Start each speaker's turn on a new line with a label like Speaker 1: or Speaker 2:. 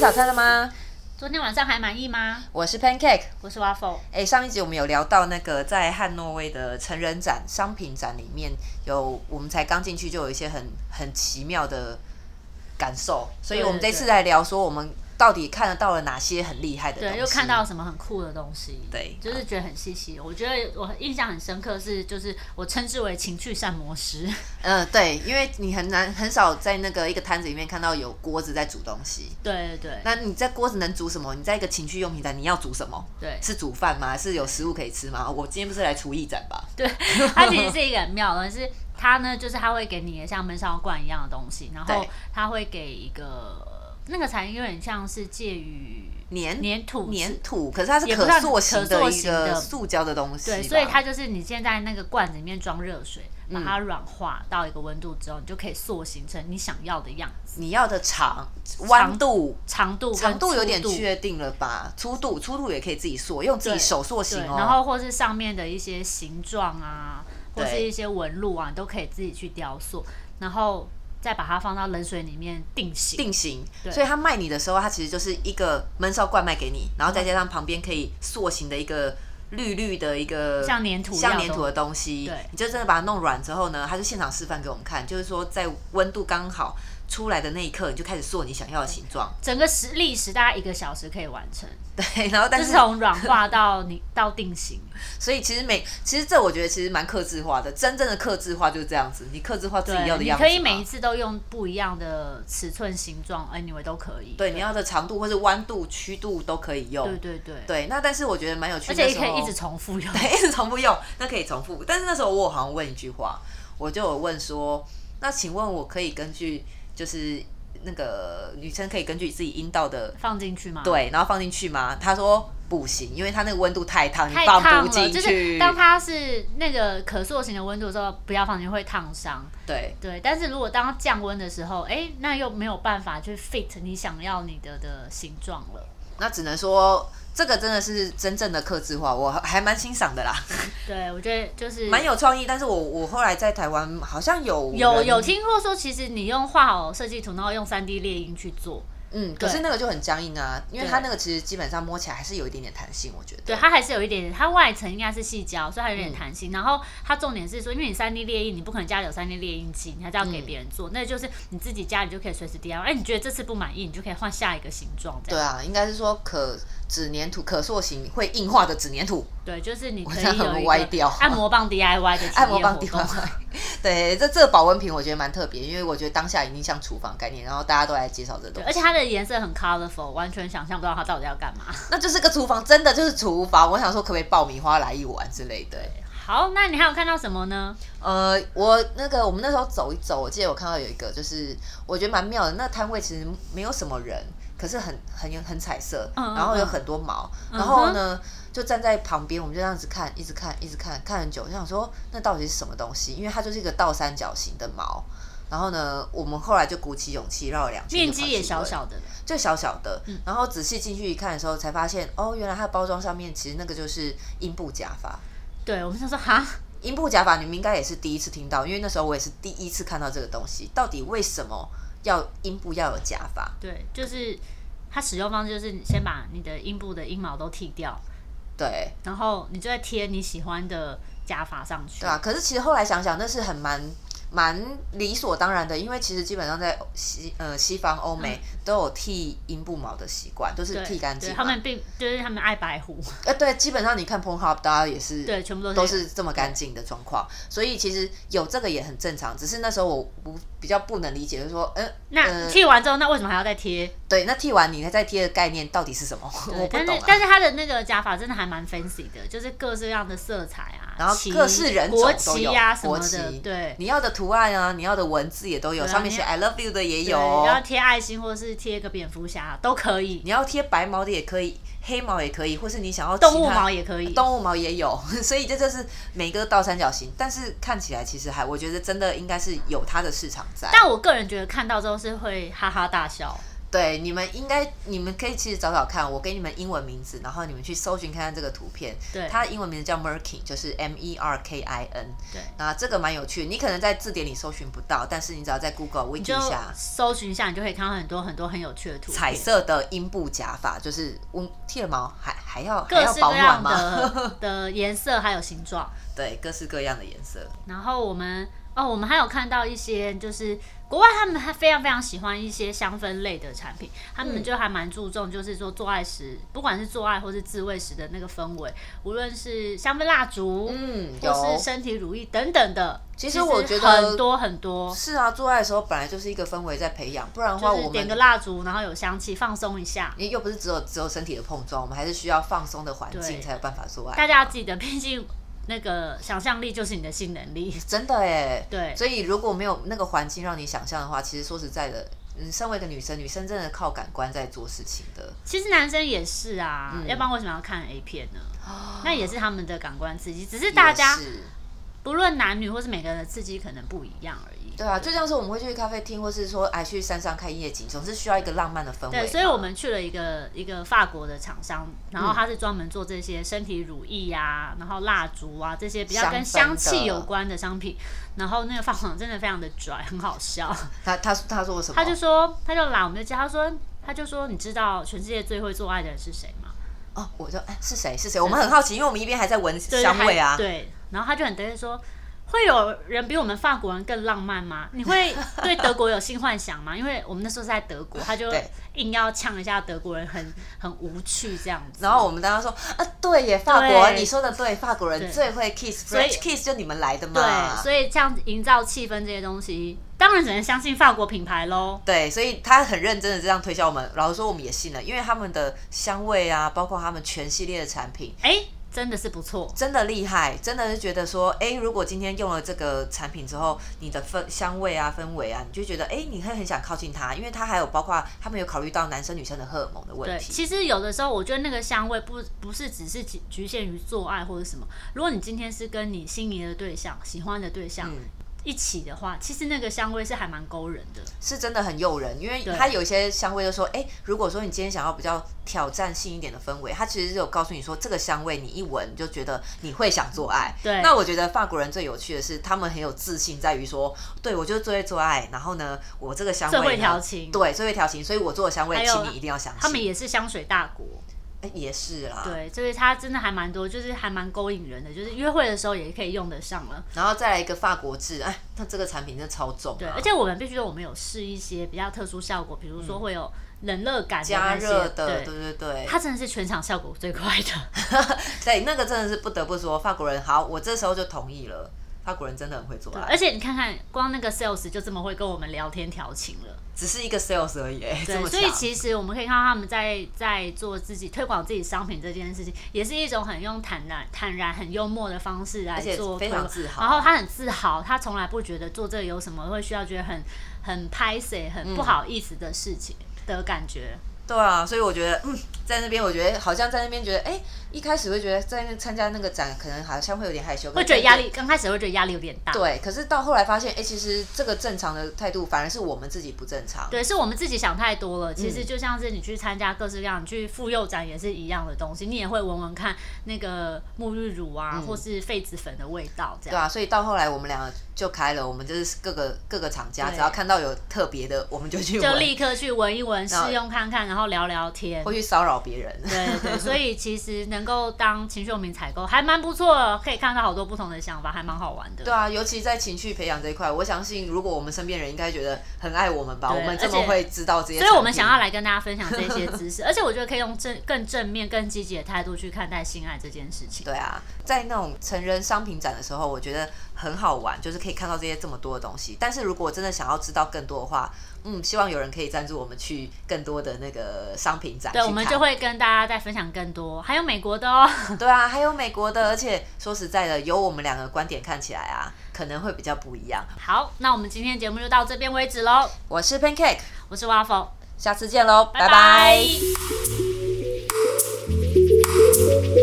Speaker 1: 早餐了吗？
Speaker 2: 昨天晚上还满意吗？
Speaker 1: 我是 Pancake。
Speaker 2: 我是 Waffle。
Speaker 1: 哎、上一集我们有聊到那个在汉诺威的成人展商品展里面有，我们才刚进去就有一些很很奇妙的感受，所以我们这
Speaker 2: 对对
Speaker 1: 次
Speaker 2: 对
Speaker 1: 来聊说我们到底看得到了哪些很厉害的东西。
Speaker 2: 对，又看到什么很酷的东西，
Speaker 1: 对
Speaker 2: 就是觉得很稀奇。我觉得我印象很深刻是，就是我称之为情趣膳魔师，
Speaker 1: 嗯、对，因为你很难很少在那个一个摊子里面看到有锅子在煮东西。
Speaker 2: 对对对
Speaker 1: 那你在锅子能煮什么？你在一个情趣用品展，你要煮什么？
Speaker 2: 对
Speaker 1: 是煮饭吗？是有食物可以吃吗？我今天不是来厨艺展吧？
Speaker 2: 对，它其实是一个很妙的，是它呢，就是它会给你像闷烧罐一样的东西，然后
Speaker 1: 对
Speaker 2: 它会给一个那个才有点像是介于
Speaker 1: 黏
Speaker 2: 粘土
Speaker 1: 粘土，可是它是
Speaker 2: 也不
Speaker 1: 可
Speaker 2: 知道
Speaker 1: 塑型
Speaker 2: 可
Speaker 1: 的
Speaker 2: 塑
Speaker 1: 一
Speaker 2: 型
Speaker 1: 个
Speaker 2: 的
Speaker 1: 塑胶的东西吧，
Speaker 2: 对，所以它就是你现在那个罐子里面装热水，
Speaker 1: 嗯
Speaker 2: 把它软化到一个温度之后，你就可以塑形成你想要的样子，
Speaker 1: 你要的长弯度。
Speaker 2: 长度跟
Speaker 1: 长度有点
Speaker 2: 粗
Speaker 1: 确定了吧？粗度，粗度也可以自己塑，用自己
Speaker 2: 对
Speaker 1: 手塑形
Speaker 2: 对，
Speaker 1: 哦。
Speaker 2: 然后或是上面的一些形状啊，或是
Speaker 1: 对
Speaker 2: 一些纹路啊，你都可以自己去雕塑，然后再把它放到冷水里面定型。
Speaker 1: 定型，
Speaker 2: 对
Speaker 1: 所以他卖你的时候，他其实就是一个闷烧罐卖给你，然后再加上旁边可以塑形的一个绿绿的一个
Speaker 2: 像粘土一样
Speaker 1: 像
Speaker 2: 的
Speaker 1: 粘土的东西，
Speaker 2: 对
Speaker 1: 你就真的把它弄软之后呢，他就现场示范给我们看，就是说在温度刚好出来的那一刻，你就开始塑你想要的形 状，
Speaker 2: 整个时历时大概一个小时可以完成，
Speaker 1: 对，然后但
Speaker 2: 就是是从软化到你 到定型，
Speaker 1: 所以其实每其实这我觉得其实蛮克制化的，真正的克制化就是这样子，你克制化自己要的
Speaker 2: 你
Speaker 1: 样子嘛，
Speaker 2: 可以每一次都用不一样的尺寸、形状，anyway 都可以。
Speaker 1: 对你要的长度或是弯度、曲度都可以用，
Speaker 2: 对对对，
Speaker 1: 对那但是我觉得蛮有趣的，
Speaker 2: 而且也可以 一直重复用。
Speaker 1: 对，一直重复用，那可以重复。但是那时候我好像问一句话，我就有问说，那请问我可以根据就是那个女生可以根据自己阴道的
Speaker 2: 放进去吗？，
Speaker 1: 对，然后放进去吗？她说不行，因为它那个温度太烫，你
Speaker 2: 太
Speaker 1: 放
Speaker 2: 烫
Speaker 1: 不
Speaker 2: 了，
Speaker 1: 进
Speaker 2: 就是
Speaker 1: 去。
Speaker 2: 当它是那个可塑型的温度的时候，不要放进去会烫伤。
Speaker 1: 对
Speaker 2: 对，但是如果当它降温的时候，哎、那又没有办法去 fit 你想要你的的形状了。
Speaker 1: 那只能说这个真的是真正的克制化，我还蛮欣赏的啦，
Speaker 2: 对，我觉得就是
Speaker 1: 蛮有啊创意。但是我我后来在台湾好像有
Speaker 2: 有
Speaker 1: 人
Speaker 2: 有听过说，其实你用画好设计图，然后用三 D 猎鹰去做，
Speaker 1: 嗯，可是那个就很僵硬啊，因为它
Speaker 2: 对
Speaker 1: 那个其实基本上摸起来还是有一点点弹性，我觉得。
Speaker 2: 对，它还是有一点，它外层应该是细胶，所以它有
Speaker 1: 嗯
Speaker 2: 点弹性。然后它重点是说，因为你三 D 猎鹰，你不可能家里有三 D 猎鹰机，你还是要
Speaker 1: 嗯
Speaker 2: 给别人做，那就是你自己家里就可以随时 DIY。哎，你觉得这次不满意，你就可以换下一个形状，这
Speaker 1: 对
Speaker 2: 样
Speaker 1: 啊，应该是说可纸粘土、可塑型会硬化的纸粘土，
Speaker 2: 对，就是你可
Speaker 1: 这样
Speaker 2: 以
Speaker 1: 很
Speaker 2: 有一
Speaker 1: 歪
Speaker 2: 个
Speaker 1: 掉
Speaker 2: 按摩棒 DIY 的体
Speaker 1: 按摩
Speaker 2: 验
Speaker 1: 棒
Speaker 2: 活
Speaker 1: 地
Speaker 2: 动
Speaker 1: 方。。 对，这这个保温瓶我觉得蛮特别，因为我觉得当下已经像厨房概念，然后大家都来介绍这东
Speaker 2: 而
Speaker 1: 西，
Speaker 2: 且它的颜色很 colorful，完全想象不到它到底要干嘛。
Speaker 1: 那就是个厨房，真的就是厨房。我想说，可不可以爆米花来一碗之类的？
Speaker 2: 好，那你还有看到什么呢？
Speaker 1: 呃，我那个我们那时候走一走，我记得我看到有一个，就是我觉得蛮妙的，那摊位其实没有什么人，可是很很很彩色，
Speaker 2: 嗯嗯
Speaker 1: 然后有
Speaker 2: 嗯
Speaker 1: 很多毛，
Speaker 2: 嗯
Speaker 1: 然后呢就站在旁边，我们就这样子看，一直看，一直看，看很久，就想说那到底是什么东西？因为它就是一个倒三角形的毛。然后呢，我们后来就鼓起勇气绕了两圈，
Speaker 2: 面积也小
Speaker 1: 小。
Speaker 2: 小的，嗯
Speaker 1: 就小小的，然后仔细进去一看的时候，才发现哦，原来它的包装上面其实那个就是阴部假发。
Speaker 2: 对我们想说哈，
Speaker 1: 阴部假发，你们应该也是第一次听到，因为那时候我也是第一次看到这个东西。到底为什么要阴部要有假发？
Speaker 2: 对，就是它使用方式就是你先把你的阴部的阴毛都剃掉，
Speaker 1: 对
Speaker 2: 然后你就再贴你喜欢的假发上去。
Speaker 1: 对啊，可是其实后来想想，那是很蛮蛮理所当然的，因为其实基本上在西呃西方欧美都有剃阴部毛的习惯，都是
Speaker 2: 嗯对，
Speaker 1: 剃干净啊嘛。
Speaker 2: 对他们并就是他们爱白 胡，
Speaker 1: 呃对，基本上你看 Pornhub 大家也是
Speaker 2: 对，全部都是
Speaker 1: 都是这么干净的状况，所以其实有这个也很正常。只是那时候我不比较不能理解，就是说，嗯、
Speaker 2: 那剃完之后，那为什么还要再贴？
Speaker 1: 对，那剃完你再贴的概念到底是什么？ 我
Speaker 2: 对，
Speaker 1: 不
Speaker 2: 但
Speaker 1: 懂、
Speaker 2: 是
Speaker 1: 啊。
Speaker 2: 但是它的那个假发真的还蛮 fancy 的，就是各式各样的色彩啊，
Speaker 1: 然
Speaker 2: 然
Speaker 1: 后各式人种
Speaker 2: 国
Speaker 1: 都
Speaker 2: 旗
Speaker 1: 有，
Speaker 2: 啊什么
Speaker 1: 国
Speaker 2: 的
Speaker 1: 旗，
Speaker 2: 对。
Speaker 1: 你要的图案啊，你要的文字也都有，
Speaker 2: 对啊
Speaker 1: 上面写
Speaker 2: 你要
Speaker 1: I love you 的也
Speaker 2: 对
Speaker 1: 有，
Speaker 2: 然后贴爱心或是贴一个蝙蝠侠都可以，
Speaker 1: 你要贴白毛的也可以，黑毛也可以，或是你想要
Speaker 2: 动物
Speaker 1: 其他
Speaker 2: 毛也可以。
Speaker 1: 动物毛也有， 所以这就是每个倒三角形，但是看起来其实还，我觉得真的应该是有它的市场在。
Speaker 2: 但我个人觉得看到之后是会哈哈大笑，
Speaker 1: 对，你们应该，你们可以其实找找看，我给你们英文名字，然后你们去搜寻看看这个图片。
Speaker 2: 对
Speaker 1: 它的英文名字叫 Merkin，就是 M E R K I N。
Speaker 2: 对，
Speaker 1: 那这个蛮有趣的，你可能在字典里搜寻不到，但是你只要在 Google、
Speaker 2: 你
Speaker 1: Wiki
Speaker 2: 就
Speaker 1: 一下，
Speaker 2: 搜寻一下，你就可以看到很多很多很有趣的图片，
Speaker 1: 彩色的阴部假发，就是温剃了毛还还要还
Speaker 2: 各
Speaker 1: 要
Speaker 2: 式
Speaker 1: 保
Speaker 2: 各
Speaker 1: 暖
Speaker 2: 样
Speaker 1: 吗？
Speaker 2: 的的颜色还有形状。
Speaker 1: 对，各式各样的颜色。
Speaker 2: 然后我们哦，我们还有看到一些就是国外他们还非常非常喜欢一些香氛类的产品，他们就还蛮注重就是说做爱时，不管是做爱或是自慰时的那个氛围，无论是香氛蜡烛，
Speaker 1: 嗯，
Speaker 2: 或
Speaker 1: 有
Speaker 2: 是。身体乳液等等的，
Speaker 1: 其
Speaker 2: 实
Speaker 1: 实我觉得
Speaker 2: 很多很多。
Speaker 1: 是啊，做爱的时候本来就是一个氛围在培养，不然的话
Speaker 2: 就
Speaker 1: 我
Speaker 2: 是点个
Speaker 1: 们
Speaker 2: 蜡烛，然后有香气，放松一下。
Speaker 1: 又不是只有只有身体的碰撞，我们还是需要放松的环
Speaker 2: 对
Speaker 1: 境才有办法做爱。
Speaker 2: 大家要记得，毕竟那个想象力就是你的性能力。
Speaker 1: 真的哎，
Speaker 2: 对
Speaker 1: 所以如果没有那个环境让你想象的话，其实说实在的，嗯，身为一个女生，女生真的靠感官在做事情的。
Speaker 2: 其实男生也是啊，
Speaker 1: 嗯
Speaker 2: 要不然为什么要看 A 片呢？那也是他们的感官刺激，只是大家
Speaker 1: 哦也是
Speaker 2: 不论男女或是每个人的刺激可能不一样而已。
Speaker 1: 对啊，就像是我们会去咖啡厅，或是说哎去山上看夜景，总是需要一个浪漫的氛围嘛。
Speaker 2: 对，所以我们去了一个一个法国的厂商，然
Speaker 1: 嗯
Speaker 2: 后他是专门做这些身体乳液呀、然后蜡烛啊这些比较跟
Speaker 1: 香
Speaker 2: 香
Speaker 1: 氛的
Speaker 2: 气有关的商品。然后那个法国人真的非常的拽，很好笑。
Speaker 1: 他他他说什么？
Speaker 2: 他就说，他就来我们就家，他说，他就说，你知道全世界最会做爱的人是谁吗？
Speaker 1: 哦，我说哎是谁是谁？我们很好奇，因为我们一边还在闻香味啊。
Speaker 2: 对，然后他就很得意地说。会有人比我们法国人更浪漫吗？你 会对德国有性幻想吗？因为我们那时候是在德国，他就
Speaker 1: 对
Speaker 2: 硬要呛一下德国人很很无趣这样子。
Speaker 1: 然后我们当时说啊，对耶，法国，
Speaker 2: 对
Speaker 1: 你说的对，法国人
Speaker 2: 对
Speaker 1: 最会 kiss，f
Speaker 2: 所
Speaker 1: r
Speaker 2: 以
Speaker 1: e n kiss 就你们来的嘛。
Speaker 2: 对，所以这样营造气氛这些东西，当然只能相信法国品牌喽。
Speaker 1: 对，所以他很认真的这样推销我们，老实说我们也信了，因为他们的香味啊，包括他们全系列的产品，
Speaker 2: 哎、真的是不错。
Speaker 1: 真的厉害，真的是觉得说，哎，如果今天用了这个产品之后，你的氛香味啊、氛围啊，你就觉得，哎，你会很想靠近它，因为它还有包括他们有考虑到男生女生的荷尔蒙的问
Speaker 2: 对，
Speaker 1: 题。
Speaker 2: 其实有的时候我觉得那个香味不不是只是局局限于做爱或者什么。如果你今天是跟你心仪的对象、喜欢的对象、
Speaker 1: 嗯
Speaker 2: 一起的话，其实那个香味是还蛮勾人的。
Speaker 1: 是真的很诱人，因为
Speaker 2: 对
Speaker 1: 它有一些香味就说，哎、如果说你今天想要比较挑战性一点的氛围，它其实是有告诉你说，这个香味你一闻你就觉得你会想做爱。
Speaker 2: 对
Speaker 1: 那我觉得法国人最有趣的是，他们很有自信，在于说，对我就是最会做爱，然后呢，我这个香味呢
Speaker 2: 最会调情
Speaker 1: 对，最会调情，所以我做的香味，
Speaker 2: 还有
Speaker 1: 请你一定要相信。
Speaker 2: 他们也是香水大国，
Speaker 1: 哎也是啦，。
Speaker 2: 对，所以它真的还蛮多，就是还蛮勾引人的，就是约会的时候也可以用得上了。
Speaker 1: 然后再来一个法国制，哎，那这个产品真的超重、啊，
Speaker 2: 对，而且我们必须说，我们有试一些比较特殊效果，比如说会有冷热感
Speaker 1: 嗯
Speaker 2: 的
Speaker 1: 加
Speaker 2: 那些
Speaker 1: 热的，对
Speaker 2: 对，
Speaker 1: 对对。
Speaker 2: 它真的是全场效果最快的。
Speaker 1: 对，那个真的是不得不说，法国人好，我这时候就同意了。法国人真的很会做爱，
Speaker 2: 而且你看看，光那个 sales 就这么会跟我们聊天调情了。
Speaker 1: 只是一个 sales 而已、哎这
Speaker 2: 对，
Speaker 1: 么
Speaker 2: 所
Speaker 1: 强。
Speaker 2: 以其实我们可以看到他们在在做自己推广自己商品这件事情，也是一种很用坦然、坦然、很幽默的方式来
Speaker 1: 而且
Speaker 2: 做
Speaker 1: 非
Speaker 2: 推广
Speaker 1: 常自豪
Speaker 2: 然后他很自豪，他从来不觉得做这个有什么会需要觉得很很拍谁、很不
Speaker 1: 嗯
Speaker 2: 好意思的事情、的感觉。
Speaker 1: 对啊，所以我觉得，嗯，在那边我觉得好像在那边觉得，哎、一开始会觉得在那参加那个展，可能好像会有点害羞，
Speaker 2: 会觉得压。力，刚开始会觉得压力有点大。
Speaker 1: 对，可是到后来发现，哎、其实这个正常的态度，反而是我们自己不正常。
Speaker 2: 对，是我们自己想太多了。其
Speaker 1: 嗯
Speaker 2: 实就像是你去参加各式各样，你去妇幼展也是一样的东西，你也会闻闻看那个沐浴乳啊，
Speaker 1: 嗯
Speaker 2: 或是痱子粉的味道这样
Speaker 1: 对。啊，所以到后来我们俩就开了，我们就是各个各个厂家，
Speaker 2: 对
Speaker 1: 只要看到有特别的，我们就去
Speaker 2: 就
Speaker 1: 闻，
Speaker 2: 立刻去闻一闻，试
Speaker 1: 后
Speaker 2: 用看看，然后聊聊天。
Speaker 1: 啊会去骚扰别人。
Speaker 2: 对对对，所以其实能够当秦秀明采购还蛮不错的，可以看到好多不同的想法，还蛮好玩 的。
Speaker 1: 对啊，尤其在情绪培养这一块，我相信如果我们身边人应该觉得很爱我们吧，
Speaker 2: 对
Speaker 1: 我们这
Speaker 2: 而
Speaker 1: 么
Speaker 2: 且
Speaker 1: 会知道这些产
Speaker 2: 所
Speaker 1: 品，
Speaker 2: 以，我们想要来跟大家分享这些知识，而且我觉得可以用正更正面、更积极的态度去看待性爱这件事情。
Speaker 1: 对啊，在那种成人商品展的时候，我觉得很好玩，就是可以看到这些这么多的东西。但是如果真的想要知道更多的话，嗯，希望有人可以赞助我们去更多的那个商品展去
Speaker 2: 对，
Speaker 1: 看。
Speaker 2: 我们就会跟大家再分享更多，还有美国的哦。
Speaker 1: 对啊，还有美国的，而且说实在的，有我们两个观点看起来啊，可能会比较不一样。
Speaker 2: 好，那我们今天节目就到这边为止喽。
Speaker 1: 我是 Pancake，
Speaker 2: 我是 Waffle，
Speaker 1: 下次见喽，
Speaker 2: 拜
Speaker 1: 拜拜
Speaker 2: 拜